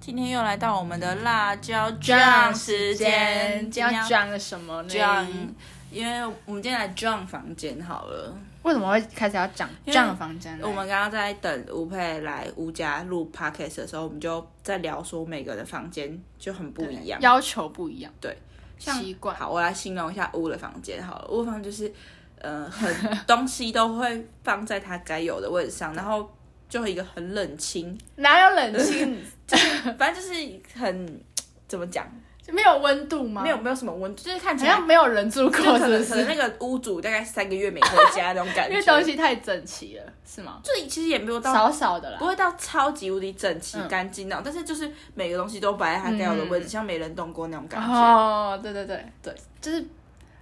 今天又来到我们的辣椒酱撞时时间，今间，今天天要要撞个什么呢？撞，因为我们今天来撞房间好了。为什么会开始要讲因为撞房间呢？我们刚刚在等吴佩来吴家录 podcast 的时候，我们就在聊说每个人的房间就很不一样。要求不一样，像习惯好，我来形容一下屋的房间好了。屋的房间就是，呃，很东西都会放在它该有的位置上，然后就会一个很冷清，哪有冷气？反正就是很怎么讲，没有温度吗？ 没有，没有什么温度，就是看好起来像没有人就住可过，是能不可能是？那个屋主大概三个月没回家那种感 因觉。为东西太整齐了，是吗？就其实也没有到少少的不啦，会到超级无敌整齐嗯干净那种，但是就是每个东西都摆在它该有的位置，像没人动过那种感觉。哦，对对对对，就是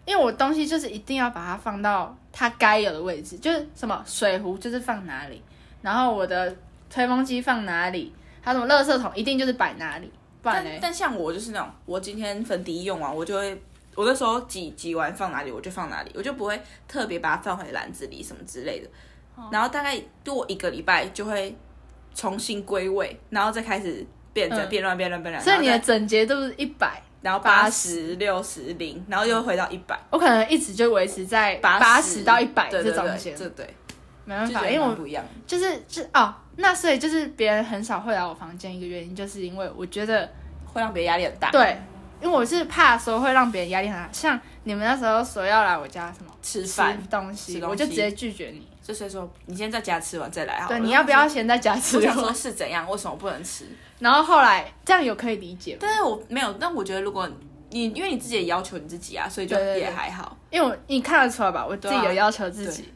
因为我东西就是一定要把它放到它该有的位置，就是什么水壶就是放哪里，然后我的吹风机放哪里，还有什么垃圾桶一定就是摆哪里，不但然嘞，但像我就是那种，我今天粉底用完，我就会。我那时候挤挤完放哪里我就放哪里，我就不会特别把它放回篮子里什么之类的。哦然后大概过一个礼拜就会重新归位，然后再开始变成嗯变乱变乱变乱。所以你的然后再整洁度是一百，然后八十六十零，然后又回到一百我可能一直就维持在八十到一百这中间，这对，没办就觉法，得因为蛮我不一样。就是就哦，那所以就是别人很少会来我房间，一个原因就是因为我觉得会让别人压力很大。，对，因为我是怕说会让别人压力很大，像你们那时候说要来我家什么吃饭吃东西，吃东西我就直接拒绝你。就所以说，你先在家吃完再来好了。对，你要不要先在家吃我？想说是怎样，为什么不能吃？然后后来这样有可以理解吗，但是我没有，但我觉得如果你因为你自己也要求你自己啊，所以就对对对也还好。因为我你看得出来吧，我自己对啊有要求自己，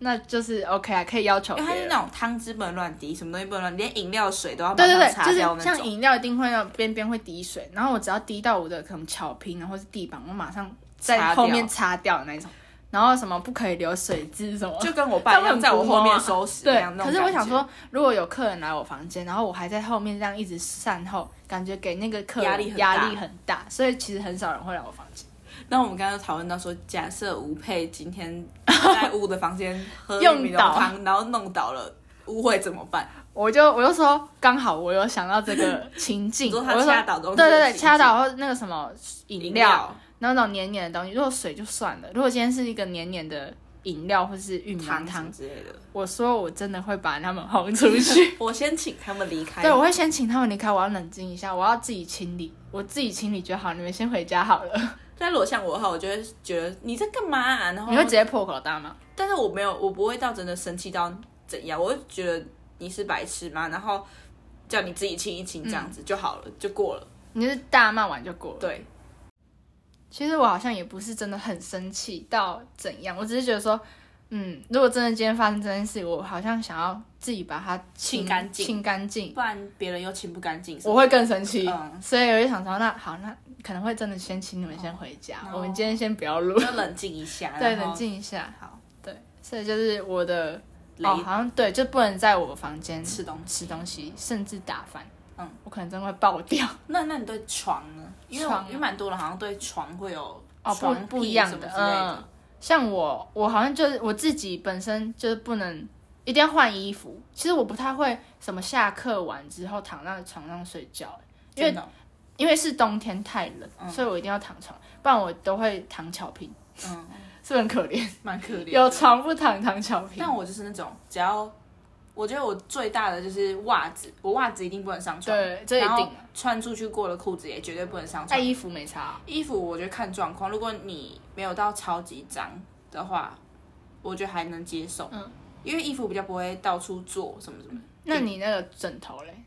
那就是 OK 啊，可以要求别因为它是人。那种汤汁不能乱滴，什么东西不能乱滴，连饮料水都要马对对上对，擦掉就那是种。像饮料一定会那种边边会滴水，然后我只要滴到我的可能巧拼，然后是地板，我马上擦在掉后面擦掉那一种。然后什么不可以留水渍什么，就跟我爸一他们样，很在我古后摸面啊收拾那对样。，那种可是我感想觉说，如果有客人来我房间，然后我还在后面这样一直善后，感觉给那个客人压力很大压力很大，所以其实很少人会来我房间。那我们刚刚讨论到说，假设吴佩今 天在吴的房间喝用玉米浓倒汤，然后弄倒了，吴会怎么办？我就我就说，刚好我有想到这个情境，你说我他就掐说，倒东西，对对对，掐，倒或者那个什么饮饮料，料然后那种黏黏的东西，如果水就算了，如果今天是一个黏黏的饮料或是玉米浓汤什汤么，之类的。我说我真的会把他们轰出 去。我先请他们离开。对，我会先请他们离开，我要冷静一下，我要自己清理，我自己清理就好，你们先回家好了。但如果像我的话，我就会觉得你在干嘛、啊？然后你会直接破口大骂？但是我没有，我不会到真的生气到怎样，我会觉得你是白痴吗？然后叫你自己亲一亲，这嗯样子就好了，就过了。你就是大骂完就过了。对，其实我好像也不是真的很生气到怎样，我只是觉得说，嗯，如果真的今天发生这件事，我好像想要自己把它清干净清干净，不然别人又亲不干净。我会更生气。嗯所以我就想说，那好，那可能会真的先请你们先回家，哦我们今天先不要录，要冷静一下， 对，然后冷。静一下。好，对，所以就是我的雷哦，好像对，就不能在我房间吃东西。吃东西，甚至打饭。嗯，我可能真的会爆掉。那那你对床呢？因为我床因为蛮多人好像对床会有哦，不床不癖一样什么的，之类 嗯的。，像我，我好像就是我自己本身就是不能一定要换衣服。其实我不太会什么下课完之后躺在床上睡觉，因为 真的哦因为是冬天太冷，所以我一定要躺床，不然我都会躺巧平，嗯， 是不是很可怜。蛮可怜的。有床不躺，躺巧平。但我就是那种只要，我觉得我最大的就是袜子，我袜子一定不能上床，对，这一然后定。啊哎穿出去过了裤子也绝对不能上带床。衣服没差啊，衣服我觉得看状况，如果你没有到超级脏的话，我觉得还能接受，嗯，因为衣服比较不会到处坐什么什么。那你那个枕头嘞？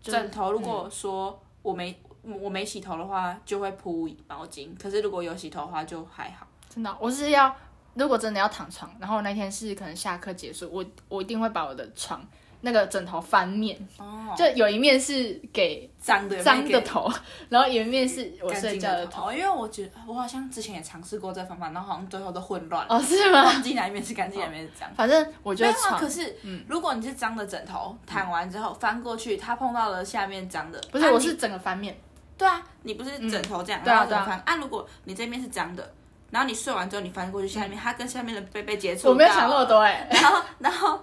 就是嗯枕头如果说我没我没洗头的话，就会铺毛巾，可是如果有洗头的话就还好。真的哦、我是要如果真的要躺床，然后那天是可能下课结束，我我一定会把我的床那个枕头翻面，哦，就有一面是给脏的脏那的个头，然后有一面是我干睡净觉的的头。头，因为我觉得我好像之前也尝试过这方法，然后好像最后都混 乱了。哦，是吗？忘记哪一面是干净，哪一面是脏。反正我觉没有得嗯啊，床可是如果你是脏的枕头，躺完之后翻过去，它碰到了下面脏的，不是、啊我你是整个翻面，对啊，你不是枕头这样，嗯然后对怎啊么翻啊。如果你这边是脏的，然嗯后你睡完之后你翻过去下面，它跟下面的被被接触，我没有想那么多，哎、然后然后。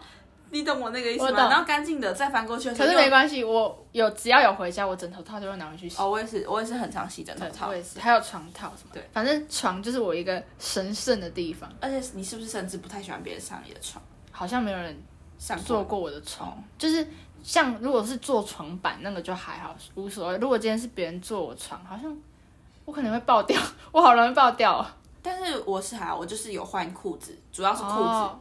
你懂我那个意思我吗？懂然后干净的再翻过去的时可候是又，没关系，我有只要有回家，我枕头套就会拿回去洗。哦，我也是，我也是很常洗枕头套我，也是，还有床套什么的。对，反正床就是我一个神圣的地方，而且你是不是甚至不太喜欢别人上你的床好像没有人上过？坐哦过我的床，就是像如果是坐床板那个就还好，无所谓。如果今天是别人坐我床，好像我可能会爆掉， 我好容易爆掉哦。但是我是还好，我就是有换裤子，主要是裤子，哦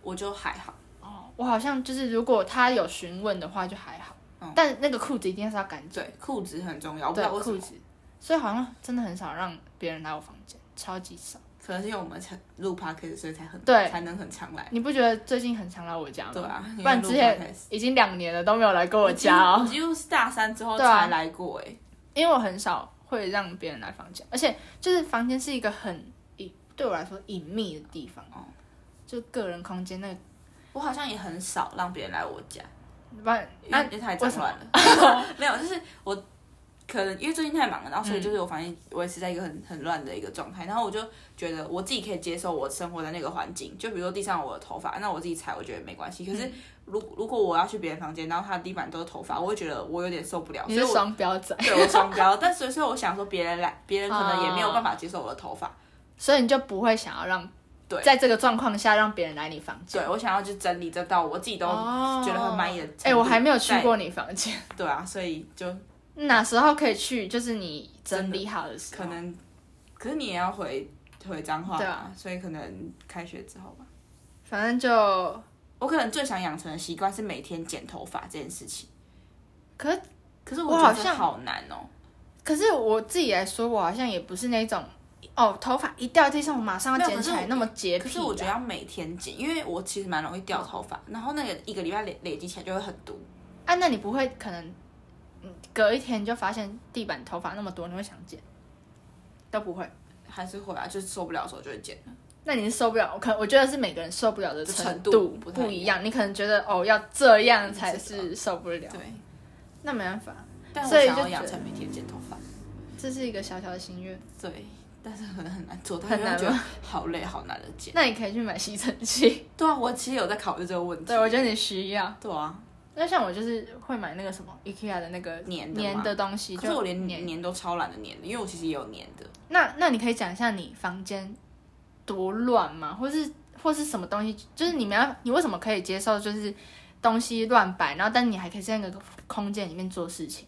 我就还好。哦，我好像就是如果他有询问的话就还好，但那个裤子一定是要干净，对，裤子很重嗯要，我不知对道为什裤么，子，所以好像真的很少让别人来我房间，超级少。可能是因为我们才录 podcast，所以才很对才能很常来。你不觉得最近很常来我家吗？对啊，不然之因为前录 podcast 已经两年了都没有来过我家我哦，几乎我几乎是大三之后对啊才来过哎、因为我很少会让别人来房间，而且就是房间是一个很隐，对我来说隐秘的地方哦，就个人空间那个，我好像也很少让别人来我家，不然因那为啊太脏乱了。 没有，就是我可能因为最近太忙了，然后嗯所以就是我发现我也是在一个很很乱的一个状态，然后我就觉得我自己可以接受我生活的那个环境，就比如说地上有我的头发，那我自己踩我觉得没关系。可嗯是如如果我要去别人房间，然后他的地板都是头发，我会觉得我有点受不了，你所以是我。双标仔，对我双标，但所以所以我想说，别人来，别人可能也没有哦办法接受我的头发，所以你就不会想要让对在这个状况下让别人来你房间。对我想要去整理这到我自己都哦觉得很满意的。哎、我还没有去。过你房间， 对啊，所以就哪时候可以去？就是你整理好的时候。可能，可是你也要回回彰化对啊，所以可能开学之后吧。反正就，我可能最想养成的习惯是每天剪头发这件事情，可是可是我我好觉得像好难哦、可是我自己来说，我好像也不是那种哦，头发一掉地上我马上要没有捡可是起来我那么洁癖可的。是我觉得要每天剪，因为我其实蛮容易掉头发，然后那个一个礼拜累累积起来就会很多。啊，那你不会可能，嗯，隔一天你就发现地板头发那么多，你会想剪？都不会。还是会啊，就是受不了的时候就会剪。那你是受不了，我可我觉得是每个人受不了的程程度度不太不一一样，你可能觉得哦要这样才是是受不了，对，那没办法，但我所以想就要养觉成每天剪头发。这是一个小小的心愿。对，但是可能很难做到，很因为我难觉得吗好累，好难的剪。那你可以去买吸尘 器，对啊，我其实有在考虑这个问题。对我觉得你需要。对啊，那像我就是会买那个什么 IKEA 的那个粘的吗粘的东西，可是我连就粘粘。粘都超懒得粘的，因为我其实也有粘的。那那你可以讲一下你房间多乱吗？或是或是什么东西？就是你们要你为什么可以接受就是东西乱摆，然后但你还可以在那个空间里面做事情？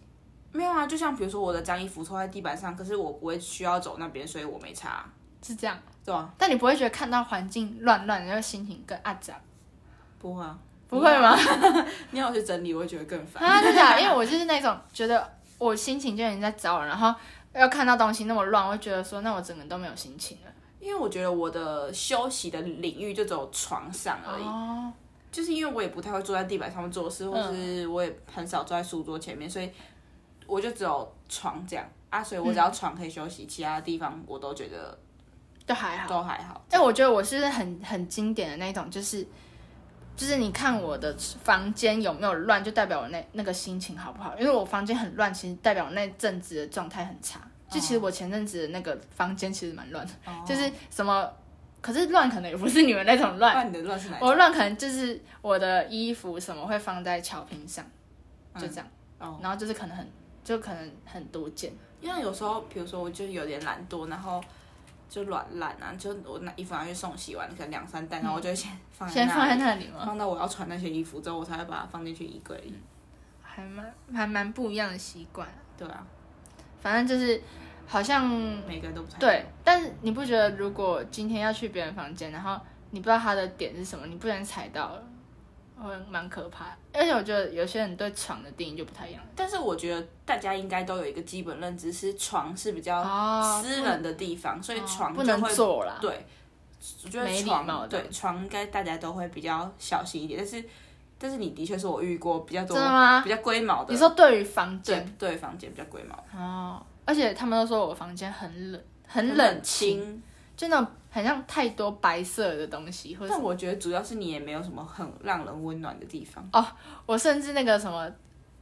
没有啊，就像比如说我的脏衣服拖在地板上，可是我不会需要走那边，所以我没擦，是这样，对啊，但你不会觉得看到环境乱乱，然后心情更阿杂，不会啊，不会吗？你要我去整理，我会觉得更烦。 啊，真的啊、因为我就是那种觉得我心情就已经在糟了，然后要看到东西那么乱，我会觉得说，那我整个人都没有心情了。因为我觉得我的休息的领域就只有床上而已，哦，就是因为我也不太会坐在地板上面做事，或是我也很少坐在书桌前面，所以我就只有床这样啊，所以我只要床可以休息，其他地方我都觉得就还好。都还好。哎、我觉得我是很很经典的那种，就是就是你看我的房间有没有乱，就代表我那那个心情好不好。因为我房间很乱，其实代表我那阵子的状态很差。就哦其实我前阵子的那个房间其实蛮乱的， 就是什么，可是乱可能也不是你们那种乱，乱的乱是哪一种？我乱可能就是我的衣服什么会放在草坪上，就这样，哦，然后就是可能很就可能很多件，因为有时候，比如说我就有点懒惰，然后就软烂啊，就我拿衣服拿去送洗完，可能两三袋，然后我就会先放在先放在那里，哦那里嘛，放到我要穿那些衣服之后，我才会把它放进去衣柜里。还蛮还蛮不一样的习惯。对啊，反正就是好像每个人都不太一样对，但是你不觉得如果今天要去别人房间，然后你不知道他的点是什么，你不能踩到了，会蛮可怕的。而且我觉得有些人对床的定义就不太一样。但是我觉得大家应该都有一个基本认知，是床是比较哦私人的地方，所以床不就能会坐啦，对，我觉没得礼貌床的对床应该大家都会比较小心一点，但是但是你的确是我遇过比较多真的吗比？较龟毛的，你说对于房对间对房间比较龟毛，哦，而且他们都说我房间很冷，很冷冷清，，就那种很像太多白色的东西，或者但我觉得主要是你也没有什么很让人温暖的地方。我甚至那个什么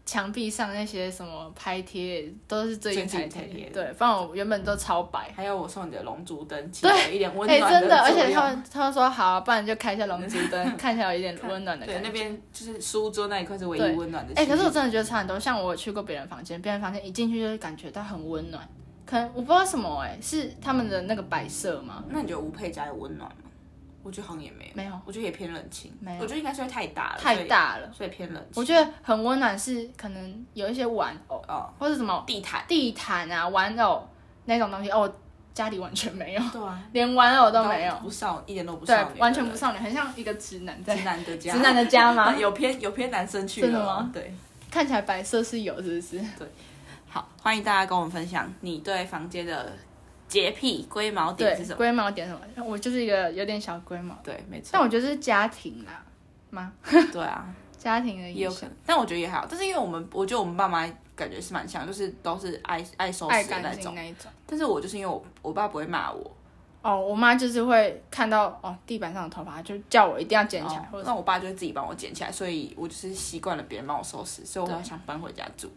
墙壁上那些什么拍贴都是最近才最近才贴的对，不然我原本都超白。还有我送你的龙珠灯，起到一点温哎、暖真的，作而用且他们他们说好、啊，不然就开一下龙珠 灯，看起来有一点温暖的对感觉那。边就是书桌那一块是唯对一温暖的区域。哎、可是我真的觉得差很多。像我有去过别人房间，别人房间一进去就会感觉到很温暖，可能我不知道什么哎、是他们的那个摆设吗？那你觉得吴佩嘉有温暖吗？我觉得好像也没有，没有，我觉得也偏冷清。没有我觉得应该是会太大了，太大了。所以，所以偏冷清。我觉得很温暖是可能有一些玩偶哦，或者什么地毯，地毯啊、玩偶那种东西，哦，我家里完全没有，对啊，连玩偶都没有，不少，一点都不少对女，的，完全不少女，很像一个直男在直男的家，？直男的家 吗有偏有偏男生去真的了吗？对，看起来白色是有，是不是？好，欢迎大家跟我们分享你对房间的洁癖、龟毛哦点是对，什么？龟毛点什么？我就是一个有点小龟毛，对，没错，但我觉得是家庭啦，吗？对啊，家庭的也影有可响。能，但我觉得也还好。但是因为我们，我觉得我们爸妈感觉是蛮像，就是都是爱爱收爱拾的干那净种。那一种。但是我就是因为我我爸不会骂我，哦，我妈就是会看到哦地板上的头发，就叫我一定要捡起来，哦或者那我爸就会自己帮我捡起来，所以我就是习惯了别人帮我收拾，所以我很想搬回家住。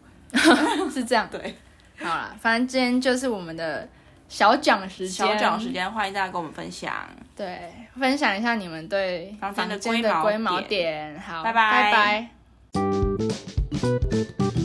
是这样。 对，好啦，反正今天就是我们的小讲时间，小讲时间，欢迎大家跟我们分享。对，分享一下你们对房间的房间龟的毛龟毛点点。好，拜拜拜拜